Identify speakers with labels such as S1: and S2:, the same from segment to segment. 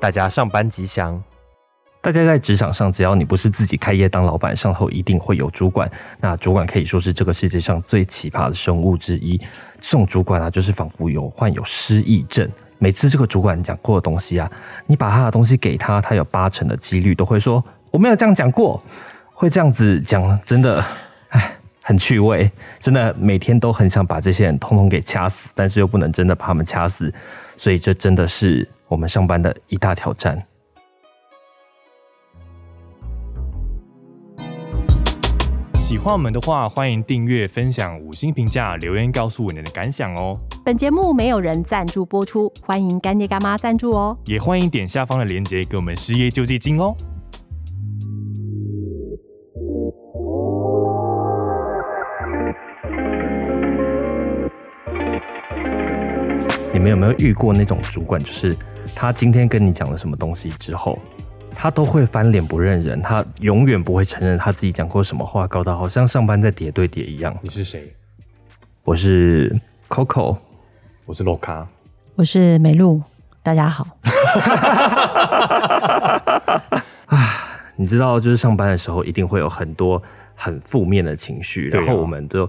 S1: 大家上班吉祥。大家在职场上，只要你不是自己开业当老板，上头一定会有主管。那主管可以说是这个世界上最奇葩的生物之一。这种主管啊，就是仿佛有患有失忆症。每次这个主管讲过的东西啊，你把他的东西给他，他有八成的几率都会说我没有这样讲过。会这样子讲，真的，唉，很趣味。真的每天都很想把这些人通通给掐死，但是又不能真的把他们掐死，所以这真的是我们上班的一大挑战。
S2: 喜欢我们的话，欢迎订阅、分享、五星评价、留言告诉我你的感想哦。
S3: 本节目没有人赞助播出，欢迎干爹干妈赞助哦。
S2: 也欢迎点下方的链接给我们失业救济金哦。
S1: 你们有没有遇过那种主管，就是他今天跟你讲了什么东西之后，他都会翻脸不认人，他永远不会承认他自己讲过什么话，搞得好像上班在叠对叠一样。
S2: 你是谁？
S1: 我是 Coco，
S2: 我是洛卡。
S3: 我是美露，大家好。
S1: 你知道，就是上班的时候一定会有很多很负面的情绪，
S2: 对啊
S1: 然后我们就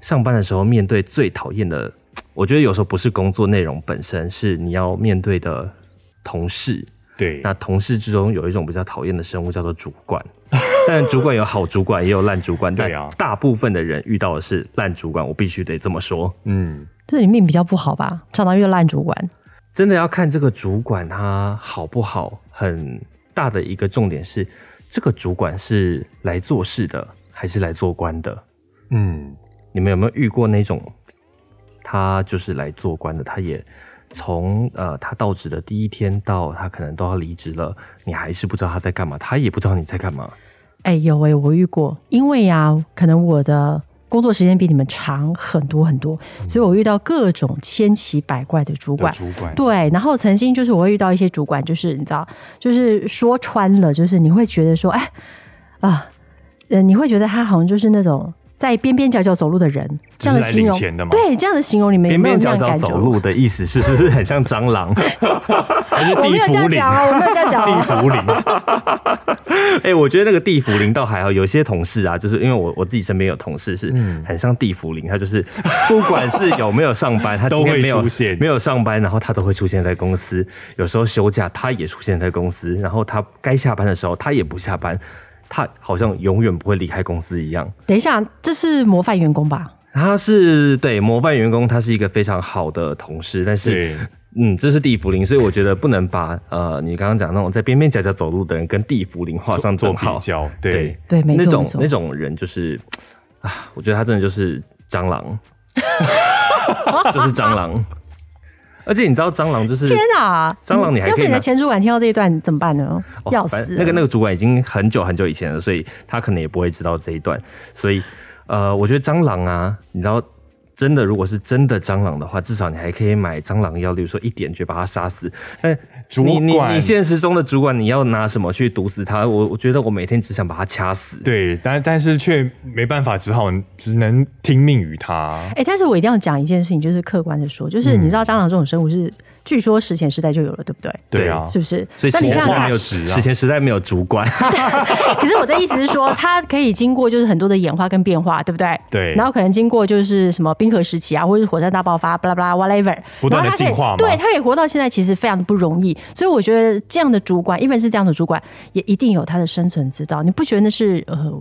S1: 上班的时候面对最讨厌的，我觉得有时候不是工作内容本身，是你要面对的同事。
S2: 对，
S1: 那同事之中有一种比较讨厌的生物叫做主管，但主管有好主管，也有烂主管。
S2: 对啊
S1: 但大部分的人遇到的是烂主管，我必须得这么说。
S2: 嗯，
S4: 这里命比较不好吧，常常遇到烂主管。
S1: 真的要看这个主管他好不好。很大的一个重点是，这个主管是来做事的还是来做官的？
S2: 嗯，
S1: 你们有没有遇过那种，他就是来做官的，他也从呃他到职的第一天到他可能都要离职了，你还是不知道他在干嘛，他也不知道你在干嘛。
S4: 哎、有哎、我遇过，因为呀、可能我的工作时间比你们长很多很多，所以我遇到各种千奇百怪的主
S2: 有
S4: 管。
S2: 主管，
S4: 对，然后曾经就是我会遇到一些主管，就是你知道，就是说穿了，就是你会觉得说，哎啊，呃，你会觉得他好像就是那种在边边角角走路的人，这
S2: 就是
S4: 样的
S2: 来
S4: 形
S2: 领
S4: 容，
S2: 钱的嘛，
S4: 对，这样的形容你们有
S1: 边
S4: 哎没有
S1: 边角
S4: 那样
S1: 角
S4: 感觉？哦
S1: 走路的意思是不是很像蟑 螂？
S2: 还是
S4: 啊我没
S2: 地
S4: 有这
S2: 府
S4: 样
S2: 领，
S4: 讲哦，我没有这样讲
S2: 地
S4: 哦。
S2: 府领，
S1: 哎、我觉得那个地府灵倒还好，有些同事啊，就是因为我我自己身边有同事是
S4: 嗯
S1: 很像地府灵，他就是不管是有没有上班，他今天没
S2: 都
S1: 有
S2: 会出现
S1: 没有上班，然后他都会出现在公司，有时候休假他也出现在公司，然后他该下班的时候他也不下班，他好像永远不会离开公司一样。
S4: 等一下，这是模范员工吧？
S1: 他是对模范员工，他是一个非常好的同事，但是
S2: 对。
S1: 嗯，这是地府灵，所以我觉得不能把呃你刚刚讲那种在边边角角走路的人跟地府灵画上
S2: 做
S1: 等
S2: 比
S1: 号。
S2: 较，
S1: 对
S2: 对，
S4: 对没错
S1: 那种
S4: 没错
S1: 那种人就是啊，我觉得他真的就是蟑 螂，就是蟑螂。而且你知道蟑螂就是
S4: 天哪！
S1: 蟑螂你还可以
S4: 要是你
S1: 拿
S4: 的前主管听到这一段怎么办呢？
S1: 哦
S4: 要
S1: 反
S4: 死！
S1: 那个那个主管已经很久很久以前了，所以他可能也不会知道这一段。所以呃，我觉得蟑螂啊，你知道。真的，如果是真的蟑螂的话，至少你还可以买蟑螂药，例如说一点就把它杀死。但
S2: 主
S1: 你你
S2: 管
S1: 你现实中的主管，你要拿什么去毒死他？我我觉得我每天只想把他掐死。
S2: 对，但但是却没办法，只好只能听命于他。
S4: 哎、但是我一定要讲一件事情，就是客观的说，就是
S1: 嗯
S4: 你知道蟑螂这种生物是，据说史前时代就有了，对不对？
S2: 对啊，
S4: 是不是？
S1: 所以
S4: 那
S1: 史
S4: 你
S1: 前
S4: 想
S1: 时
S4: 想
S1: 代没
S4: 看
S1: 有，
S2: 想想看
S1: 史前时代没有主管，
S4: 可是我的意思是说，它可以经过就是很多的演化跟变化，对不对？
S2: 对
S4: 然后可能经过就是什么冰河时期啊，或者是火山大爆发，巴拉巴拉 whatever，
S2: 不断地
S4: 然后它可以
S2: 进化嘛
S4: 对，它可以活到现在，其实非常的不容易。所以我觉得这样的主管，一般是这样的主管，也一定有他的生存之道。你不觉得那是呃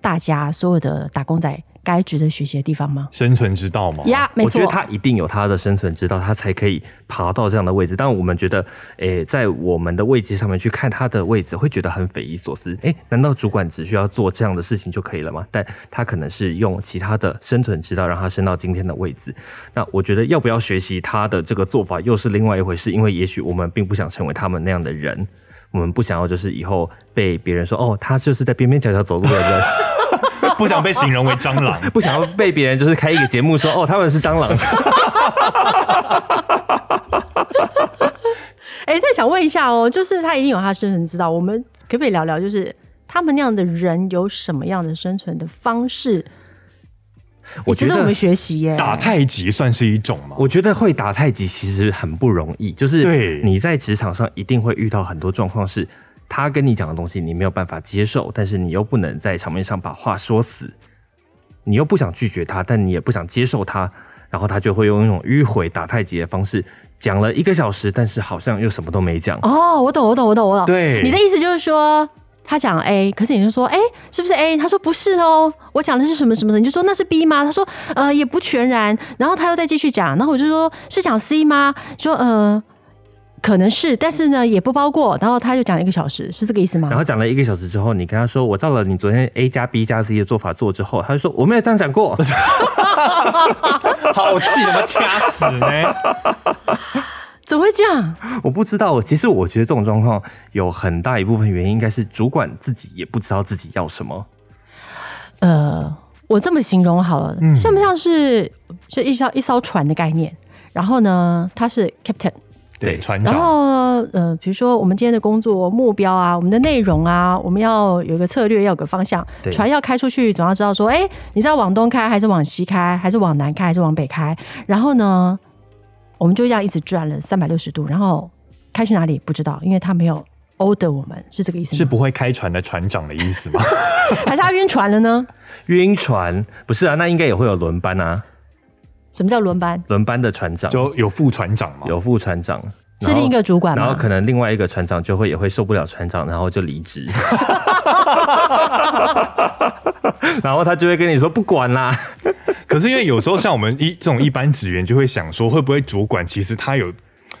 S4: 大家所有的打工仔该值得学习的地方吗？
S2: 生存之道嘛。
S4: 呀、没
S1: 我
S4: 错
S1: 觉得。他一定有他的生存之道，他才可以爬到这样的位置。但我们觉得，诶、在我们的位置上面去看他的位置，会觉得很匪夷所思。诶、难道主管只需要做这样的事情就可以了吗？但他可能是用其他的生存之道，让他升到今天的位置。那我觉得要不要学习他的这个做法，又是另外一回事。因为也许我们并不想成为他们那样的人，我们不想要就是以后被别人说，哦，他就是在边边角角走路的人。
S2: 不想被形容为蟑螂。
S1: 不想要被别人就是开一个节目说哦，他们是蟑螂，
S4: 哎，那想问一下哦，就是他一定有他的生存之道，我们可不可以聊聊，就是他们那样的人有什么样的生存的方式？
S1: 我
S4: 也
S1: 觉
S4: 值得我
S1: 得
S4: 们学习耶。
S2: 打太极算是一种吗？
S1: 我觉得会打太极其实很不容易，就是
S2: 对
S1: 你在职场上一定会遇到很多状况，是他跟你讲的东西你没有办法接受，但是你又不能在场面上把话说死，你又不想拒绝他，但你也不想接受他，然后他就会用一种迂回打太极的方式讲了一个小时，但是好像又什么都没讲。
S4: 哦，我懂，我懂，我懂，我懂。
S2: 对
S4: 你的意思就是说，他讲 A，可是你就说，哎、是不是 A？他说不是哦，我讲的是什么什么的，你就说那是 B 吗？他说，呃，也不全然。然后他又再继续讲，然后我就说是讲 C 吗？说，呃，可能是，但是呢，也不包括。然后他就讲了一个小时，是这个意思吗
S1: 然？后讲了一个小时之后，你跟他说我照了你昨天 A 加 B 加 C 的做法做之后，他就说我没有这样讲过。
S2: 好气，他妈掐死呢！
S4: 怎么会这样？
S1: 我不知道，其实我觉得这种状况有很大一部分原因应该是主管自己也不知道自己要什么。
S4: 呃，我这么形容好了，
S1: 嗯
S4: 像不像是是一艘一艘船的概念？然后呢，他是 captain。
S1: 对
S2: 对，船
S4: 然
S2: 长，
S4: 后呢呃，比如说我们今天的工作目标啊，我们的内容啊，我们要有一个策略，要有个方向
S1: 对。
S4: 船要开出去，总要知道说，哎，你是要往东开，还是往西开，还是往南开，还是往北开？然后呢，我们就这样一直转了三百六十度，然后开去哪里不知道，因为他 没有 order 我们，是这个意思
S2: 是
S4: 吗？
S2: 不会开船的船长的意思吗？
S4: 还是他晕船了呢？
S1: 晕船不是啊，那应该也会有轮班啊，
S4: 什么叫轮班？
S1: 轮班的船长
S2: 就有副船长吗？
S1: 有副船长，
S4: 是
S1: 然后
S4: 另一个啊主管
S1: 然后
S4: 吗？
S1: 可能另外一个船长就会也会受不了船长，然后就离职， 然后他就会跟你说不管啦，
S2: 可是因为有时候像我们一这种一般职员，就会想说，会不会主管其实他有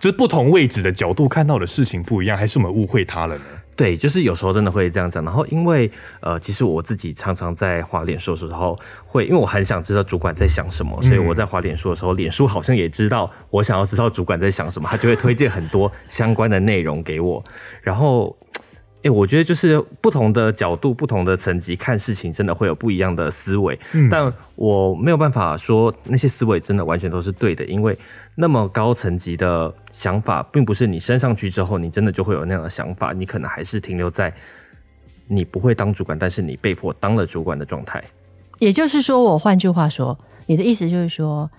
S2: 就是不同位置的角度看到的事情不一样，还是我们误会他了呢？
S1: 对，就是有时候真的会这样讲。然后因为呃，其实我自己常常在滑脸书的时候会，因为我很想知道主管在想什么，所以我在滑脸书的时候，脸书好像也知道我想要知道主管在想什么，他就会推荐很多相关的内容给我。然后，哎、我觉得就是不同的角度、不同的层级看事情，真的会有不一样的思维。但我没有办法说那些思维真的完全都是对的，因为那么高层级的想法，并不是你升上去之后，你真的就会有那样的想法，你可能还是停留在你不会当主管，但是你被迫当了主管的状态。
S4: 也就是说，我换句话说，你的意思就是说，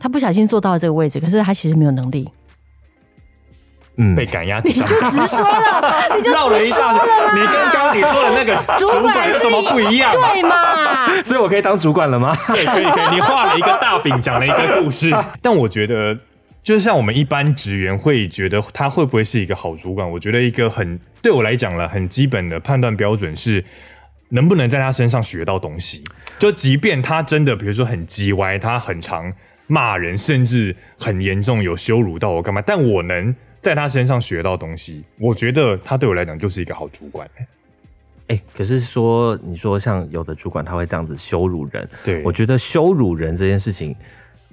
S4: 他不小心坐到了这个位置，可是他其实没有能力。
S1: 嗯，
S2: 被赶鸭子
S4: 你
S2: 上
S4: 就
S2: 架。
S4: 直说了，你就
S2: 绕了
S4: 直
S2: 一
S4: 说
S2: 大
S4: 了
S2: 圈，
S4: 嘛。
S2: 你跟刚刚你说的那个
S4: 主管
S2: 有
S4: 是
S2: 什么不一样？
S4: 对嘛？
S1: 啊所以我可以当主管了吗？
S2: 对，可以可以，你画了一个大饼，讲了一个故事。但我觉得，就是像我们一般职员会觉得他会不会是一个好主管？我觉得一个很对我来讲了，很基本的判断标准是。能不能在他身上学到东西？就即便他真的，比如说很叽歪，他很常骂人，甚至很严重，有羞辱到我干嘛？但我能在他身上学到东西，我觉得他对我来讲就是一个好主管。
S1: 哎、可是说你说像有的主管他会这样子羞辱人，
S2: 对
S1: 我觉得羞辱人这件事情，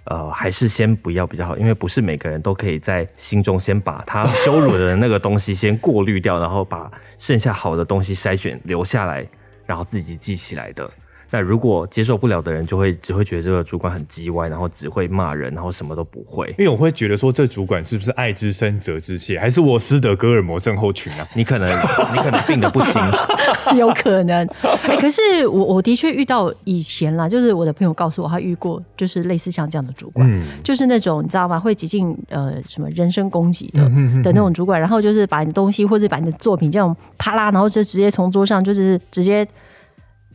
S1: 呃，还是先不要比较好，因为不是每个人都可以在心中先把他羞辱的那个东西先过滤掉，然后把剩下好的东西筛选留下来，然后自己记起来的。那如果接受不了的人，就会只会觉得这个主管很叽歪，然后只会骂人，然后什么都不会。
S2: 因为我会觉得说，这主管是不是爱之深责之切，还是我斯德哥尔摩症候群啊？
S1: 你可能你可能病得不轻，
S4: 有可能。哎、可是我我的确遇到以前啦，就是我的朋友告诉我，他遇过就是类似像这样的主管，
S2: 嗯，
S4: 就是那种你知道吗？会极尽呃什么人身攻击的
S2: 嗯
S4: 的那种主管，然后就是把你的东西或者把你的作品这样啪啦，然后就直接从桌上就是直接。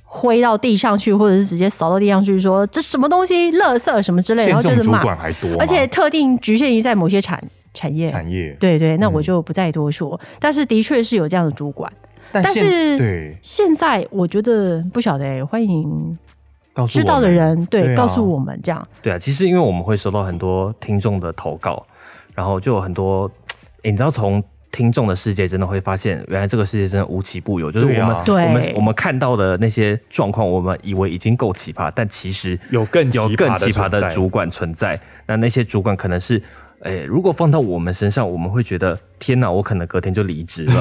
S4: 挥到地上去，或者是直接扫到地上去说这什么东西，垃圾什么之类，然
S2: 现
S4: 后就
S2: 中
S4: 是
S2: 主
S4: 骂，
S2: 管还多吗，啊
S4: 而且特定局限于在某些产产业。
S2: 产业，
S4: 对对，那我就不再多说。但是的确是有这样的主管，
S2: 但
S4: 但
S2: 现
S4: 是
S2: 对，
S4: 现在我觉得不晓得哎、欢迎
S2: 告诉
S4: 知
S2: 我
S4: 道的
S2: 们
S4: 人对
S2: 对啊
S4: 告诉我们这样。
S1: 对啊，其实因为我们会收到很多听众的投稿，然后就有很多，诶你知道从听众的世界真的会发现，原来这个世界真的无奇不有，就是我
S2: 对啊
S1: 们
S4: 对
S1: 我们我们看到的那些状况，我们以为已经够奇葩，但其实
S2: 有更奇葩
S1: 有
S2: 的
S1: 更奇葩
S2: 存
S1: 的
S2: 在
S1: 主管存在。那那些主管可能是。诶，如果放到我们身上，我们会觉得天哪，我可能隔天就离职了，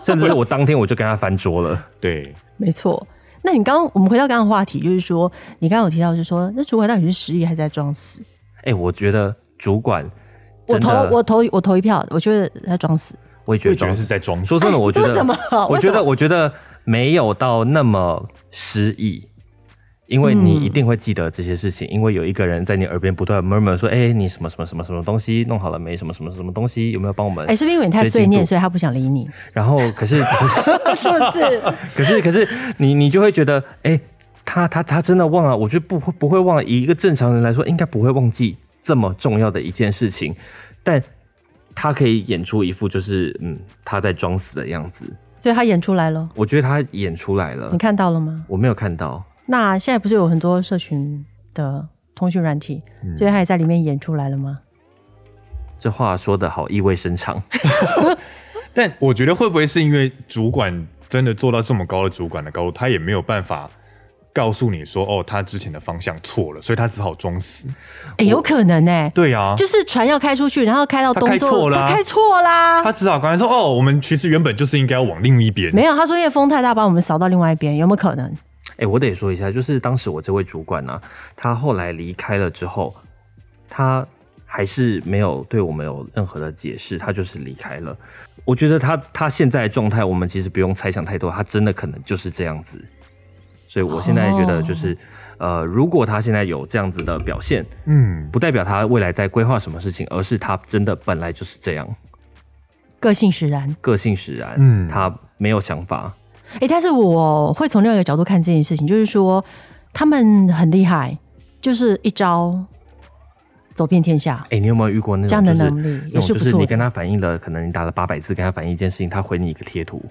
S1: 甚至是我当天我就跟他翻桌了。
S2: 对，
S4: 没错。那你刚刚我们回到刚刚的话题，就是说你刚刚有提到，就是说那主管到底是失忆还是在装死？
S1: 诶，我觉得主管
S4: 我
S1: 真
S4: 投
S1: 的，
S4: 我投我投一票，我觉得他装死。欸
S1: 我也觉
S2: 就
S1: 得
S2: 觉
S1: 装
S2: 得是在装
S1: 说
S2: 说
S1: 真的，我觉得
S4: 为什么
S1: 我觉
S4: 为什
S1: 得，
S4: 么
S1: 我觉得没有到那么失忆，因为
S4: 嗯
S1: 你一定会记得这些事情，因为有一个人在你耳边不断地 murmur 说：“哎、你什么什么什么什么东西弄好了没？什么什么什么东西有没有帮我们？”
S4: 哎、是不是因为你太碎念，所以他不想理你？
S1: 以然后可是 可是
S4: 是不是？
S1: 可是可是你你就会觉得，哎、他他他真的忘了，我觉得不会不会忘了。以一个正常人来说，应该不会忘记这么重要的一件事情，但他可以演出一副就是嗯他在装死的样子。
S4: 所以他演出来了，
S1: 我觉得他演出来了
S4: 你，看到了吗？
S1: 我没有看到。
S4: 那现在不是有很多社群的通讯软体，
S2: 嗯
S4: 所以他也在里面演出来了吗？
S1: 这话说的好意味深长，
S2: 但我觉得会不会是因为主管真的做到这么高的主管的高度，他也没有办法告诉你说，哦，他之前的方向错了，所以他只好装死。
S4: 哎、有可能哎、
S2: 对啊，
S4: 就是船要开出去，然后开到东
S2: 他开
S4: 洲，
S2: 错了啊
S4: 他开错啦。
S2: 他只好刚才说，哦，我们其实原本就是应该要往另一边。
S4: 没有，他说因为风太大，把我们扫到另外一边，有没有可能？
S1: 哎、我得说一下，就是当时我这位主管呢、他后来离开了之后，他还是没有对我们有任何的解释，他就是离开了。我觉得他他现在的状态，我们其实不用猜想太多，他真的可能就是这样子。所以我现在觉得就是，呃，如果他现在有这样子的表现，
S2: 嗯，
S1: 不代表他未来在规划什么事情，而是他真的本来就是这样，
S4: 个性使然。
S1: 个性使然，
S2: 嗯
S1: 他没有想法，
S4: 哎、但是我会从另外一个角度看这件事情，就是说他们很厉害，就是一招走遍天下。
S1: 哎、你有没有遇过那种
S4: 这样的
S1: 就是
S4: 能力
S1: 那
S4: 也
S1: 种
S4: 是
S1: 就
S4: 不
S1: 是
S4: 错
S1: 你
S4: 的
S1: 跟他反映了，可能你打了八百次，跟他反映一件事情，他回你一个贴图，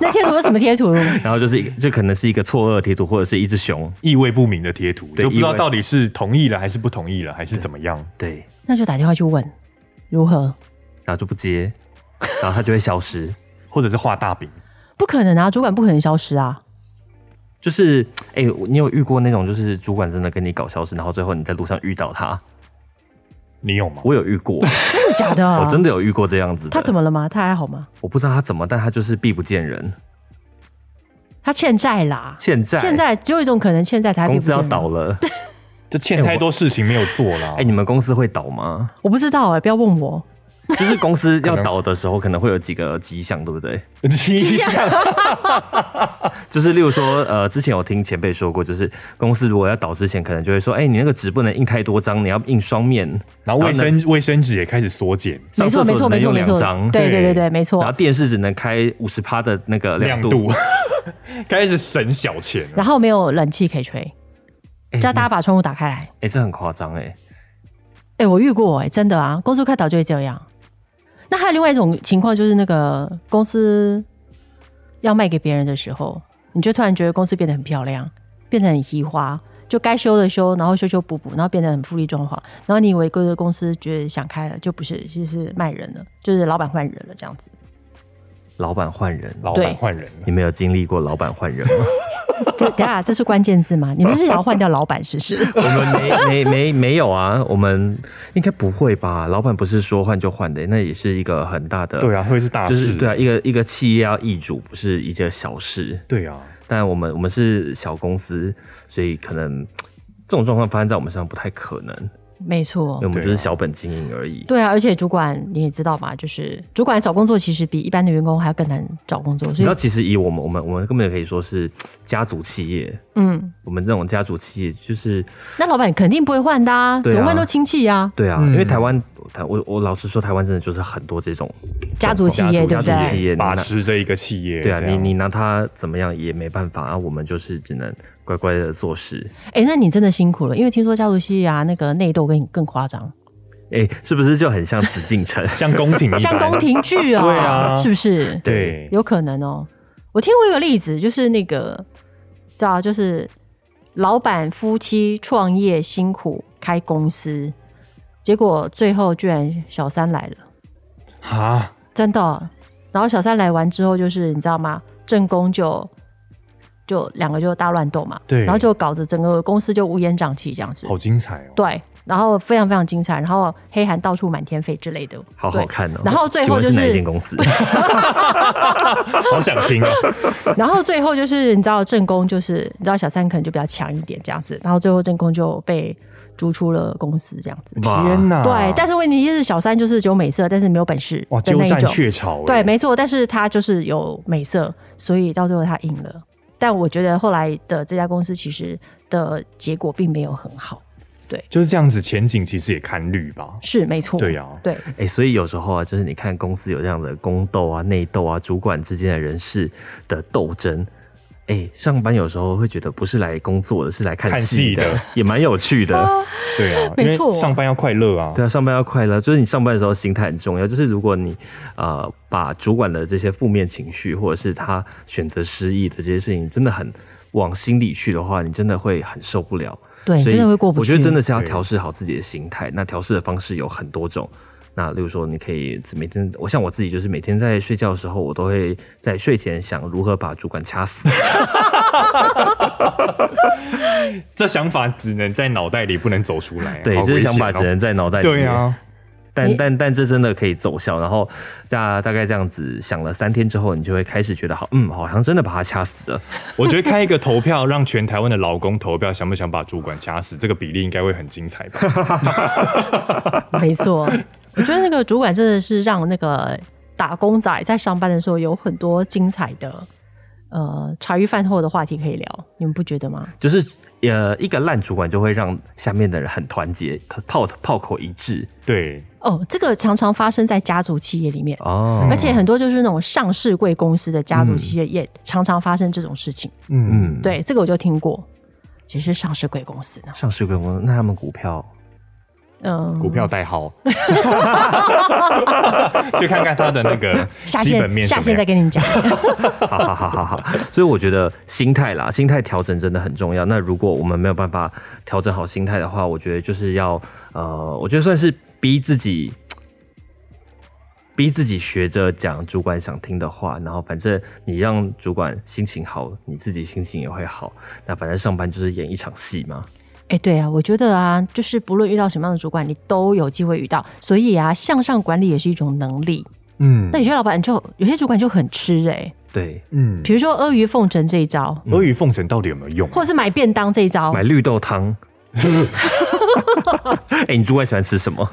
S4: 那贴图有什么贴图？
S1: 然后 就是一个，就可能是一个错愕的贴图，或者是一只熊。
S2: 意味不明的贴图，
S1: 对
S2: 就不知
S1: 意
S2: 道
S1: 味
S2: 到底是同意了还是不同意了，还是怎么样。
S1: 对，
S4: 那就打电话去问如何？
S1: 然后就不接，然后他就会消失。
S2: 或者是画大饼，
S4: 不可能啊，主管不可能消失啊。
S1: 就是，哎、你有遇过那种就是主管真的跟你搞消失，然后最后你在路上遇到他？
S2: 你有吗？
S1: 我有遇过，
S4: 真的假的、
S2: 哦
S1: 我真
S4: 的。
S1: 的有遇过这样子的。
S4: 啊他怎
S1: 么？
S4: 么了吗？他还好吗？
S1: 我不知道他怎么，但他就是避不见人，
S4: 他欠债啦，
S1: 欠债，
S4: 欠债只有一种可能，欠债才避
S1: 公
S4: 不
S1: 司要
S4: 见
S1: 倒
S4: 人。
S1: 了。
S2: 这欠太多事情没有做啦。
S1: 哎 哎、你们公司会倒吗？
S4: 我不知道哎、不要问我。
S1: 就是公司要
S2: 能
S1: 倒的时候，可能会有几个迹象，对不对？
S2: 迹象
S1: 就是例如说，呃，之前有听前辈说过，就是公司如果要倒之前，可能就会说，哎、你那个纸不能印太多张，你要印双面，
S2: 然后卫生卫生纸也开始缩减，
S1: 上
S4: 没错，
S1: 厕
S4: 没
S1: 所只
S4: 错，
S1: 能
S4: 没错，
S1: 用
S4: 没
S1: 两
S4: 错。
S1: 张，
S4: 对对
S2: 对
S4: 对对，没错
S1: 然后。电视只能开五十趴的那个
S2: 亮
S1: 亮度，
S2: 度， 开始省小钱了。
S4: 然后没有冷气可以吹，
S1: 哎
S4: 叫大家把窗户打开来。
S1: 哎、这很夸张哎，
S4: 哎、我遇过哎、真的啊，公司开导就会这样。那还有另外一种情况，就是那个公司要卖给别人的时候，你就突然觉得公司变得很漂亮，变得很移花，就该修的修，然后修修补补，然后变得很富丽装潢，然后你以为各个公司觉得想开了，就不是，就是卖人了，就是老板换人了这样子，
S1: 老板换人，
S2: 老
S4: 对
S2: 板换人了，
S1: 你们有经历过老板换人吗？
S4: 这等一 下这是关键字吗？你们是想要换掉老板是不是？
S1: 我们没没没没有啊，我们应该不会吧？老板不是说换就换的，那也是一个很大的，
S2: 对啊，会是大
S1: 就是
S2: 事，
S1: 对啊，，一个一个企业要易主不是一件小事，
S2: 对啊，
S1: 但我们我们是小公司，所以可能这种状况发生在我们身上不太可能，
S4: 没错
S1: 因为我，们
S2: 对啊
S1: 就是小本经营而已。
S4: 对啊，而且主管你也知道嘛，就是主管找工作其实比一般的员工还要更难找工作，
S1: 你
S4: 所
S1: 知
S4: 以
S1: 道，其实以我们我们我们根本可以说是家族企业，
S4: 嗯，
S1: 我们这种家族企业就是
S4: 那老板肯定不会换的、啊，
S1: 对啊
S4: 怎么换都亲戚呀、
S1: 对啊，
S2: 嗯
S1: 因为台湾台我我老实说，台湾真的就是很多这种
S4: 家族企业
S1: 家族
S4: 对
S1: 家
S4: 不
S1: 族企
S4: 对？
S1: 业，你拿
S2: 把持这一个企业，
S1: 对啊，
S2: 这
S1: 你
S2: 样
S1: 你拿它怎么样也没办法啊，我们就是只能乖乖的做事。
S4: 哎，那你真的辛苦了，因为听说家族企业啊，那个内斗更更夸张，
S1: 哎、是不是就很像紫禁城？
S2: 像宫廷一般，
S4: 像宫廷 剧啊，
S2: 对啊
S4: 是不是？
S2: 对，
S4: 有可能哦。我听过一个例子，就是那个知道，就是老板夫妻创业辛苦开公司，结果最后居然小三来了。
S2: 啊，
S4: 真的。哦然后小三来完之后，就是你知道吗？正宫就就两个就大乱斗嘛，
S2: 对
S4: 然后就搞得整个公司就乌烟瘴气这样子，
S2: 好精彩哦，
S4: 对，然后非常非常精彩，然后黑函到处满天飞之类的，
S1: 好好
S4: 对
S1: 看哦。
S4: 然后最后就
S1: 请问是哪一
S4: 是
S1: 间公司？
S2: 好想听啊，
S4: 然后最后就是你知道正宫就是你知道小三可能就比较强一点这样子，然后最后正宫就被逐出了公司这样子。
S1: 哇
S2: 天哪，
S1: 啊
S4: 对，但是问题是小三就是只有美色，但是没有本事
S2: 哇，
S4: 的
S2: 鸠
S4: 那一
S2: 占
S4: 种。
S1: 欸
S2: 鹊巢，欸
S4: 对，没错，但是他就是有美色，所以到最后他赢了。但我觉得后来的这家公司其实的结果并没有很好，
S2: 就是这样子，前景其实也看绿吧。
S4: 是没错，
S2: 对呀、
S4: 对，
S1: 哎、所以有时候啊，就是你看公司有这样的宫斗啊、内斗啊，主管之间的人事的斗争。哎、上班有时候会觉得不是来工作的，是来看
S2: 看
S1: 戏
S2: 戏的
S1: 的，也蛮有趣的。
S2: 对啊，
S4: 没错
S2: 因为上班要快乐啊。
S1: 对啊，上班要快乐，就是你上班的时候心态很重要。就是如果你呃把主管的这些负面情绪，或者是他选择失忆的这些事情，真的很往心里去的话，你真的会很受不了。
S4: 对，
S1: 所以
S4: 哎真的会过不
S1: 我
S4: 去。
S1: 觉得真的是要
S2: 对
S1: 调试好自己的心态。那调试的方式有很多种。那例如说，你可以每天，我像我自己就是每天在睡觉的时候，我都会在睡前想如何把主管掐死。
S2: 这想法只能在脑袋里，不能走出来。
S1: 对，
S2: 好
S1: 这
S2: 危
S1: 是
S2: 险
S1: 想法
S2: 哦
S1: 只能在脑袋里面。
S2: 对啊，
S1: 但
S4: 你
S1: 但但这真的可以奏效，然后大大概这样子想了三天之后，你就会开始觉得好，嗯，好像真的把他掐死了。
S2: 我觉得开一个投票，让全台湾的劳工投票，想不想把主管掐死，这个比例应该会很精彩吧？
S4: 没错，我觉得那个主管真的是让那个打工仔在上班的时候有很多精彩的呃茶余饭后的话题可以聊，你们不觉得吗？
S1: 就是呃，一个烂主管就会让下面的人很团结，炮炮口一致
S2: 对，
S4: 哦，这个常常发生在家族企业里面，
S1: 哦。
S4: 而且很多就是那种上市贵公司的家族企业也常常发生这种事情。
S2: 嗯嗯，
S4: 对，这个我就听过。其实上市贵公司呢，
S1: 上市公司，那他们股票
S4: 嗯，
S2: 股票代号，去看看他的那个
S4: 下
S2: 基本
S4: 线
S2: 面
S4: 下
S2: 怎么
S4: 线再
S2: 样。
S4: 跟你讲。
S1: 好好好好好， 所以我觉得心态啦，心态调整真的很重要。那如果我们没有办法调整好心态的话，我觉得就是要呃，我觉得算是逼自己，逼自己学着讲主管想听的话，然后反正你让主管心情好，你自己心情也会好。那反正上班就是演一场戏嘛。
S4: 哎、对啊，我觉得啊，就是不论遇到什么样的主管，你都有机会遇到。所以啊，向上管理也是一种能力。
S2: 嗯
S4: 那有些老板就有些主管就很吃哎、
S1: 对，
S2: 嗯，
S4: 比如说阿谀奉承这一招，
S2: 阿谀奉承到底有没有用？
S4: 或者是买便当这一招
S1: 买。绿豆汤。 哎、你主管喜欢吃什么？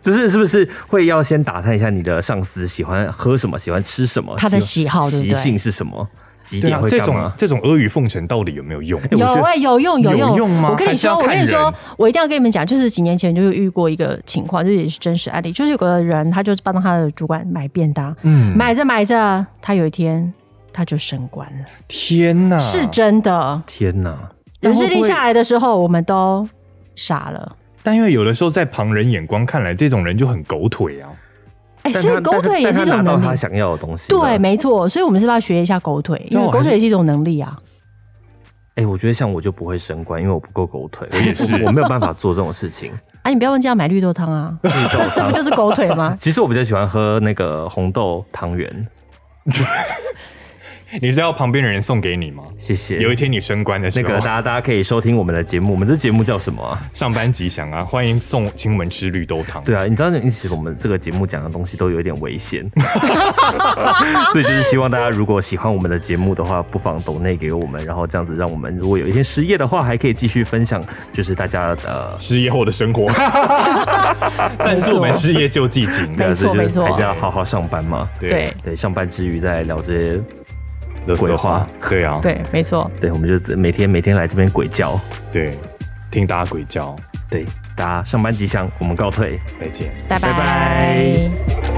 S1: 就是是不是会要先打探一下你的上司喜欢喝什么，喜欢吃什么，
S4: 他的
S1: 喜
S4: 喜好对不
S1: 习
S4: 对
S1: 性是什么，几
S2: 对
S1: 点
S2: 啊，
S1: 会
S2: 这
S1: 干嘛
S2: 种？这种阿谀奉承到底有没有用？
S4: 有
S1: 觉得
S4: 哎、有用有用
S2: 有用吗
S4: 我跟你
S2: 还是要
S4: 说，我
S2: 看
S4: 跟你说
S2: 人，
S4: 我一定要跟你们讲，就是几年前就遇过一个情况，就是也是真实案例，就是有个人他就是帮他的主管买便当，
S2: 嗯，
S4: 买着买着，他有一天他就升官了，
S2: 天哪，
S4: 是真的。
S1: 天哪！
S2: 啊但
S4: 人
S2: 会
S4: 事
S2: 不
S4: 令
S2: 会
S4: 下来的时候，我们都傻了。
S2: 但因为有的时候在旁人眼光看来，这种人就很狗腿啊。
S4: 哎、
S1: 但
S4: 所以
S1: 他
S4: 狗腿也是一种
S1: 但他拿
S4: 能
S1: 到他
S4: 力。
S1: 想要的东西。
S4: 对，。没错，所以我们是不是要学一下狗腿？因
S2: 但
S4: 为
S2: 我还
S4: 狗
S2: 是
S4: 腿也是一种能力啊。
S1: 哎、我觉得像我就不会升官，因为我不够狗腿，我
S2: 也是
S1: 我没有办法做这种事情。
S4: 啊，你不要忘记要买绿豆汤啊，这这不就是狗腿吗？
S1: 其实我比较喜欢喝那个红豆汤圆，
S2: 你知道旁边的人送给你吗？
S1: 谢谢。
S2: 有一天你升官的时
S1: 那
S2: 候，
S1: 个大家大家可以收听我们的节目，我们这节目叫什么啊？
S2: 上班吉祥啊，欢迎送请我们吃绿豆汤。
S1: 对啊，你知道，其实我们这个节目讲的东西都有一点危险， 所以就是希望大家如果喜欢我们的节目的话，不妨抖内给我们，然后这样子让我们如果有一天失业的话，还可以继续分享，就是大家呃，
S2: 失业后的生活， 赞助我们失业救济金。
S4: 没错
S1: 对啊所以就是
S4: 没错
S1: 还是要好好上班嘛。
S4: 对
S1: 对，上班之余再聊这些，
S2: 鬼话，对啊，
S4: 对，没错。
S1: 对，我们就每天每天来这边鬼叫，
S2: 对，听大家鬼叫，
S1: 对，大家上班吉祥，我们告退。
S2: 再见。
S4: 拜
S1: 拜拜
S4: 拜